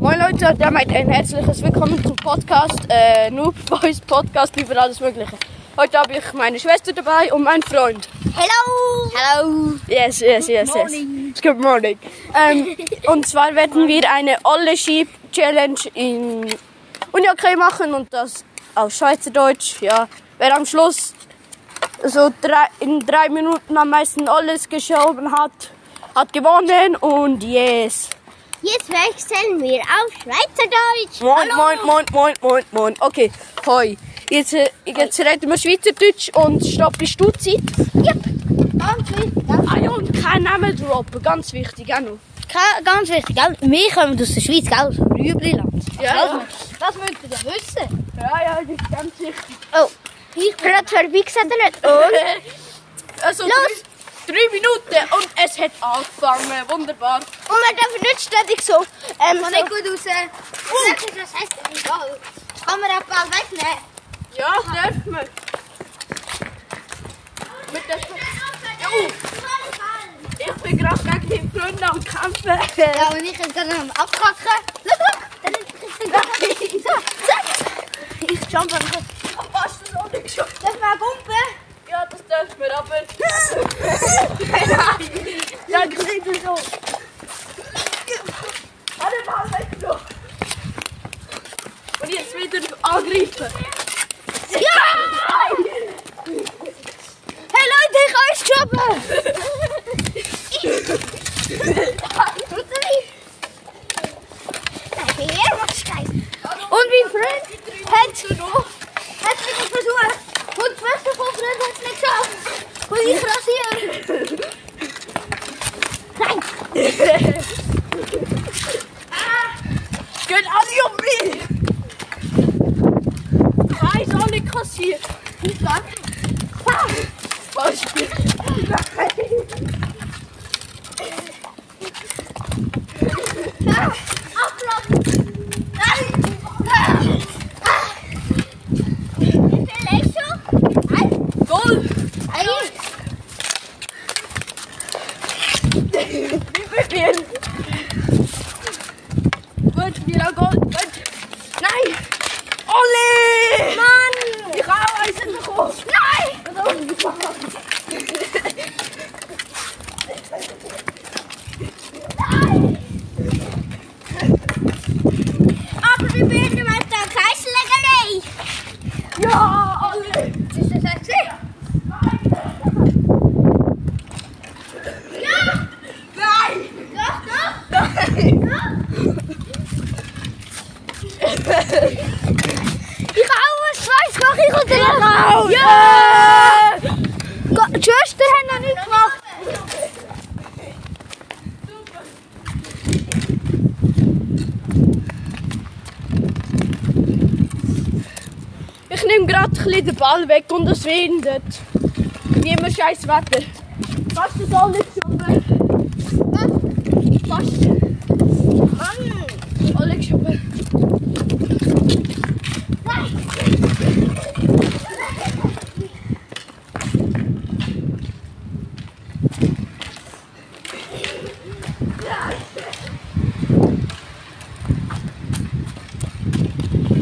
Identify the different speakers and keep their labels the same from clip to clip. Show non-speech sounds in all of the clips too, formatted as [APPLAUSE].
Speaker 1: Leute, damit ein herzliches Willkommen zum Podcast äh, Noob Boys Podcast über alles Mögliche. Heute habe ich meine Schwester dabei und meinen Freund.
Speaker 2: Hello! Hello!
Speaker 1: Yes, yes, yes,
Speaker 2: morning.
Speaker 1: yes. Good morning. Ähm, und zwar werden wir eine Olle Sheep Challenge in Unihockey machen und das auf Schweizerdeutsch. Ja, wer am Schluss so drei, in drei Minuten am meisten Olles geschoben hat, hat gewonnen und yes.
Speaker 2: Jetzt wechseln wir auf Schweizerdeutsch.
Speaker 1: Moin,
Speaker 2: Hallo.
Speaker 1: moin, moin, moin, moin, moin. Okay, hoi. Jetzt, äh, jetzt reden wir Schweizerdeutsch und stopp die Stutzi.
Speaker 2: Ganz wichtig.
Speaker 1: Ah ja, und kein Name droppen, ganz wichtig, auch noch.
Speaker 2: Ganz wichtig, gell? Wir kommen aus der Schweiz, gell? Aus dem Rübliland.
Speaker 1: Ja,
Speaker 2: Das müsst ihr doch wissen.
Speaker 1: ja, ja, das ist ganz wichtig.
Speaker 2: Oh, ich bin gerade vorbeigesagt,
Speaker 1: [LAUGHS]
Speaker 2: nicht? Und?
Speaker 1: Also,
Speaker 2: Los.
Speaker 1: Drei, drei Minuten und es hat angefangen. Wunderbar.
Speaker 2: Und wir dürfen nicht ständig so. Ähm, Kann
Speaker 1: dus,
Speaker 2: nicht gut raus.
Speaker 1: eh,
Speaker 2: Uh. Das heißt, egal. Kann man den Ball wegnehmen?
Speaker 1: Ja, dürfen wir. Mit der Jo. ich bin gerade gegen meinen Freund am Kämpfen. [LAUGHS]
Speaker 2: Ja, und ich kann dann abkacken. Schau, schau. Dann ist es So, so. Ich jump einfach.
Speaker 1: Am besten so nicht geschafft.
Speaker 2: Dürfen wir auch pumpen?
Speaker 1: Ja, das dürfen wir, [LAUGHS] aber...
Speaker 2: Dann kriegst du so.
Speaker 1: Alle mal weg noch. Und jetzt wieder angreifen.
Speaker 2: Ja! Hey Leute, ich kann euch jobben! Und mein Freund hat hat es nicht versucht. Und die Schwester von Freund hat es nicht geschafft. Und ich rasiere. Nein!
Speaker 1: Geht alle um mich. Zwei Sonne kassiert.
Speaker 2: Ich sag,
Speaker 1: Beispiel.
Speaker 2: ablaufen! Nein! Ah. Ah. Vielleicht schon? Nein!
Speaker 1: Goal.
Speaker 2: Ei,
Speaker 1: Wir verlieren. Gut, wieder Goal. Gut. Nein. Olli. Mann. Ich habe eins bekommen.
Speaker 2: nein! Aber wir werden mit der Kreislegerei.
Speaker 1: Ja, Olli.
Speaker 2: Ist das ein Ziel?
Speaker 1: Nein.
Speaker 2: Doch, doch.
Speaker 1: Nein.
Speaker 2: Ich hau ein Schweiß, mach ich unter den
Speaker 1: Au.
Speaker 2: Raum.
Speaker 1: Ja.
Speaker 2: Die Schwester hat noch nicht gemacht.
Speaker 1: Ich nehme gerade ein bisschen den Ball weg und es windet. Wie immer scheiß Wetter. Fast das alles geschoben. Fast. Mann! Alle geschoben.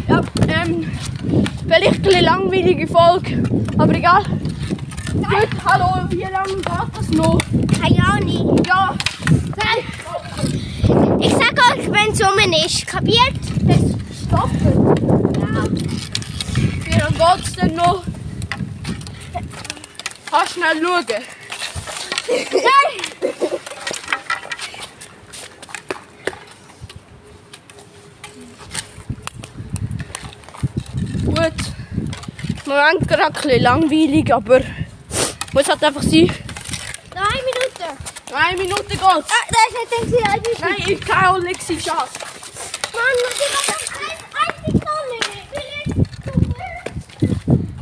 Speaker 1: Ja, ähm, vielleicht ein bisschen langweilige Folge. Aber egal. Gut, hallo, wie lange geht das noch?
Speaker 2: Keine Ahnung.
Speaker 1: Ja,
Speaker 2: Nein. Ich sag euch, wenn es um ist, kapiert?
Speaker 1: stoppen. Wie lange geht es denn noch? Kannst schnell schauen.
Speaker 2: Nein!
Speaker 1: Gut. Im Moment gerade ein bisschen langweilig, aber muss halt einfach sein.
Speaker 2: Drei Minuten.
Speaker 1: Eine Minute geht's.
Speaker 2: Ah, da ist nicht der Einzige.
Speaker 1: Nein, ich kann auch nichts schaffen.
Speaker 2: Mann, was ist das? Ein Einzige.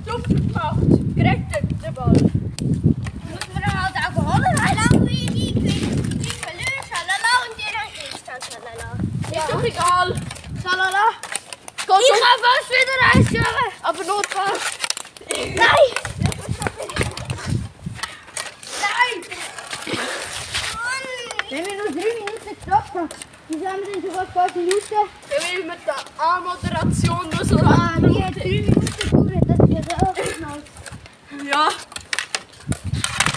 Speaker 1: Super gemacht. Gerettet, der Ball.
Speaker 2: Müssen wir halt auch holen, weil langweilig ist. Ich verliere, schalala, und ihr dann kriegt dann schalala.
Speaker 1: Ist doch egal.
Speaker 2: Schalala.
Speaker 1: Geht um.
Speaker 2: Ich habe was wieder einschlagen.
Speaker 1: Aber nur das.
Speaker 2: Nein!
Speaker 1: Nein!
Speaker 2: Wenn wir nur drei Minuten getroffen haben, dann haben wir sogar fünf Minuten.
Speaker 1: Ich Weil mit der A-Moderation nur so
Speaker 2: Ah,
Speaker 1: lang.
Speaker 2: die hat drei Minuten gedauert, dass wir da aufgenommen
Speaker 1: Ja.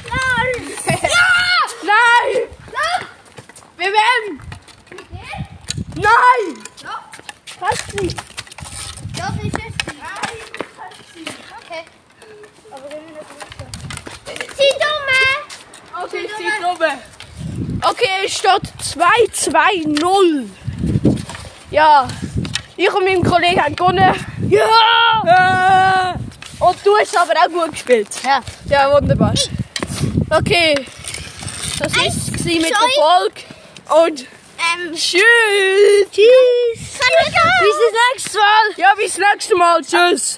Speaker 2: Nein!
Speaker 1: Nein! Wir werden! Nein!
Speaker 2: Fast nicht. Das ist es. Nein, fast nicht. Okay. Aber wenn wir nicht wissen. Sie dumme!
Speaker 1: Okay, ich zieh Gruppe. Okay, es steht 2-2-0. Ja, ich und mein Kollege haben gewonnen. Ja! Und du hast aber auch gut gespielt.
Speaker 2: Ja.
Speaker 1: Ja, wunderbar. Okay, das war es mit der Folge. Und
Speaker 2: Ähm,
Speaker 1: tschüss! Tschüss!
Speaker 2: bis das nächste Mal.
Speaker 1: Ja, bis nächstes Mal. Tschüss!